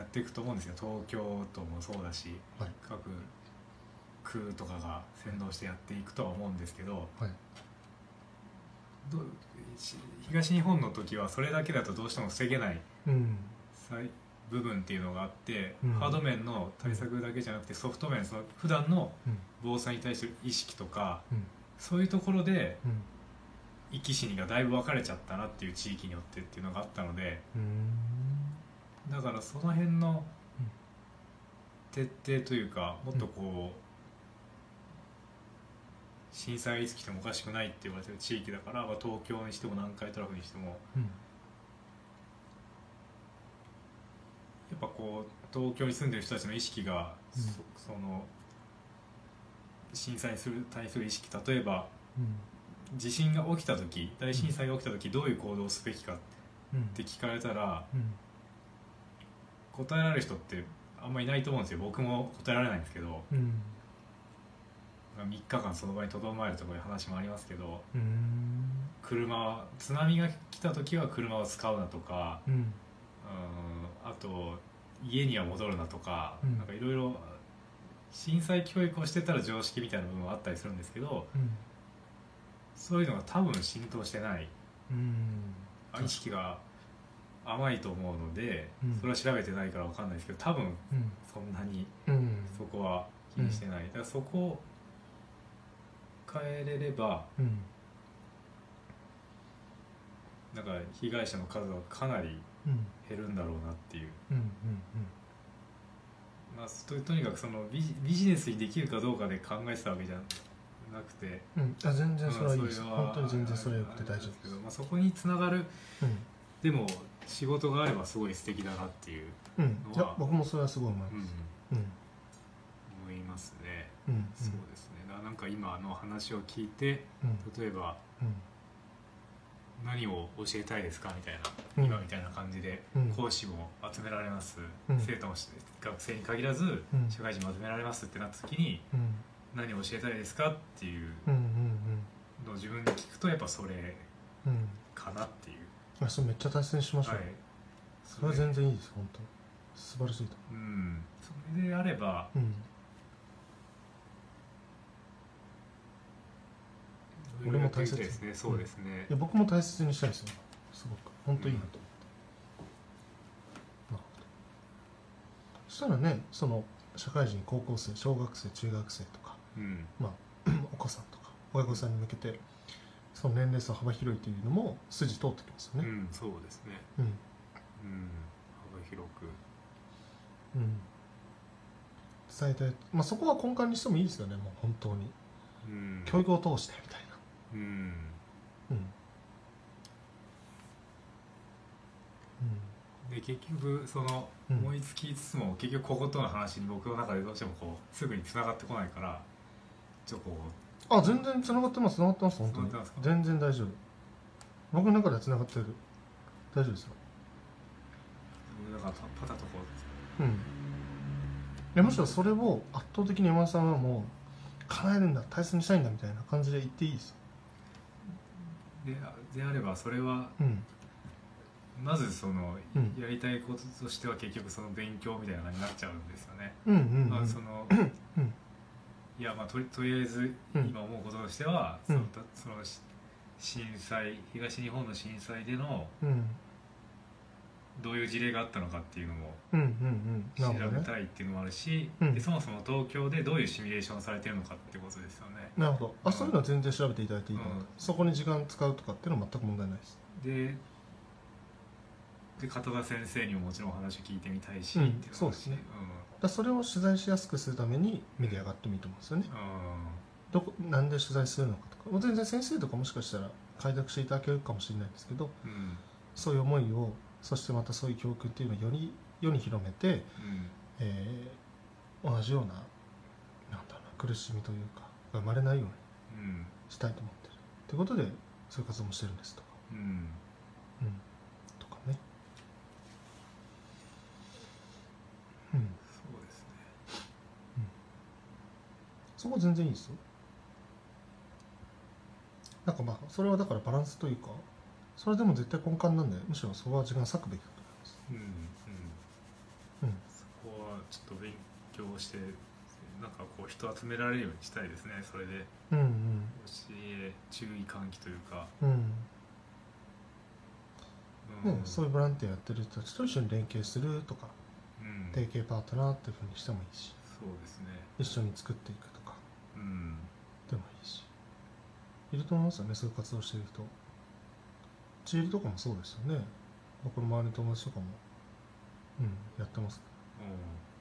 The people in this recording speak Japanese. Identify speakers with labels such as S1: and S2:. S1: っていくと思うんですけど東京都もそうだし、
S2: はい
S1: 各区とかが先導してやっていくとは思うんですけど
S2: はい
S1: どうし東日本の時はそれだけだとどうしても防げない
S2: うん
S1: さい部分っていうのがあって、
S2: うん
S1: ハード面の対策だけじゃなくてソフト面その普段の
S2: うん
S1: 防災に対する意識とか
S2: うん
S1: そういうところで
S2: うん
S1: 生き死にがだいぶ分かれちゃったなっていう地域によってっていうのがあったので
S2: うん
S1: だからその辺の徹底というかもっとこう、震災いつ来てもおかしくないって言われてる地域だから、まあ、東京にしても南海トラフにしても
S2: うん
S1: やっぱこう東京に住んでる人たちの意識が、
S2: うん
S1: そその震災にする対する意識例えば
S2: うん
S1: 地震が起きた時大震災が起きた時どういう行動をすべきかっ
S2: うん
S1: て聞かれたら
S2: うん
S1: 答えられる人ってあんまいないと思うんですよ僕も答えられないんですけど
S2: うん
S1: 3日間その場にとどまるとかいう話もありますけど
S2: うん
S1: 車は津波が来た時は車を使うなとか
S2: うん
S1: うんあと家には戻るなとか、
S2: うん
S1: なんかいろいろ震災教育をしてたら常識みたいな部分はあったりするんですけど
S2: うん
S1: そういうのが多分浸透してない
S2: うん
S1: あ意識が甘いと思うので、
S2: うん
S1: それは調べてないから分かんないですけど多分
S2: うん
S1: そんなに
S2: うん
S1: そこは気にしてない、だからそこを変えれれば
S2: うん
S1: なんか被害者の数はかなり
S2: うん
S1: 減るんだろうなっていう、
S2: うん
S1: まあ、ととにかくそのビジビジネスにできるかどうかで考えてたわけじゃなくて。
S2: うんうんあ全然それはいいです、
S1: うん
S2: 本当に全然それはよくて大丈夫で
S1: あ
S2: す
S1: れなんけどまあ、そこにつながる
S2: う
S1: でも仕事があればすごい素敵だなっていう、
S2: んうんいや僕もそれはすごい思いますうん
S1: 思いますね
S2: うん
S1: そうですね、ななんか今の話を聞いて
S2: うん
S1: 例えば何を教えたいですかみたいな、
S2: うん
S1: 今みたいな感じで
S2: うん
S1: 講師も集められます、
S2: うん
S1: 生徒もし学生に限らず、
S2: うん
S1: 社会人も集められますってなった時に
S2: うん
S1: 何を教えたいですかっていう
S2: うんうんうん
S1: のを自分に聞くとやっぱそれ
S2: うん
S1: かなっていう、
S2: あそれめっちゃ大切にしましょう、
S1: はい
S2: それは全然いいです本当素晴らしいと
S1: うん、それであれば
S2: うん俺も大切
S1: ですねそうですね
S2: い、や僕も大切にしたいですよすごく本当いいなと思って、なるほどそしたらねその社会人高校生小学生中学生とか
S1: うん
S2: お子さんとか親御さんに向けてその年齢層幅広いというのも筋通ってきます
S1: う
S2: よね
S1: ん、そうですね
S2: うん
S1: うん幅広く
S2: うん伝えたい、まあ、そこは根幹にしてもいいですよねもう本当に
S1: うん
S2: 教育を通してみたいな
S1: うん
S2: うんうん
S1: で結局その
S2: うん
S1: 思いつきつつも、結局こことの話に僕の中でどうしてもこうすぐに繋がってこないからちょっとこ
S2: あ全然繋がってます繋がってます本当に
S1: 繋がってますか
S2: 全然大丈夫僕の中では繋がってる大丈夫ですよ
S1: うだからパタッとこう
S2: うんいやむしろそれを圧倒的に山田さんはもう叶えるんだ大切にしたいんだみたいな感じで言っていいですよ
S1: であであればそれは
S2: うん
S1: まずその、
S2: うん
S1: やりたいこととしては結局その勉強みたいな感じになっちゃうんですよね、
S2: うんうん
S1: ま
S2: う
S1: あ
S2: ん
S1: その、
S2: うん
S1: いやまあとりとりあえず
S2: うん
S1: 今思うこととしては、
S2: うん
S1: そのたそのし震災東日本の震災での
S2: うん
S1: どういう事例があったのかっていうのも
S2: うんうんうん
S1: 調
S2: なるほど
S1: べ
S2: ね
S1: たいっていうのもあるし、
S2: うん
S1: でそもそも東京でどういうシミュレーションされてるのかってことですよね
S2: なるほどあそういうのは全然調べていただいていいと思う
S1: うん
S2: そこに時間使うとかっていうのは全く問題ないです
S1: でで片田先生にももちろんお話を聞いてみたいし、
S2: うん
S1: っていのもあるし
S2: そうですねだからそれを取材しやすくするためにメディアがあってもいいと思うんですよね
S1: うん、
S2: どこなんで取材するのかとかもう全然先生とかもしかしたら開拓していただけるかもしれないんですけど
S1: うんうん
S2: そういう思いをそしてまたそういう教訓っていうのをより世に広めて、
S1: うん
S2: えー同じようななんだろうな苦しみというかが生まれないように
S1: うん
S2: したいと思ってるということでそういう活動もしてるんですとか、
S1: うん
S2: うん、とかねうん
S1: そうですね
S2: そこ全然いいですよなんかまあそれはだからバランスというかそれでも絶対根幹なんでむしろそこは時間割くべきだと思います
S1: うんうん
S2: うん
S1: 動してなんかこう人集められるようにしたいですねそれで
S2: うんうん
S1: 教え注意喚起というか、
S2: うん
S1: うん
S2: ね、そういうボランティアやってる人たちと一緒に連携するとか
S1: うん
S2: 提携パートナーっていうふうにしてもいいし
S1: そうですね
S2: 一緒に作っていくとか
S1: うん
S2: でもいいしいると思いますよねそういう活動してる人チールとかもそうでしたね僕の周りの友達とかもうんやってます
S1: うん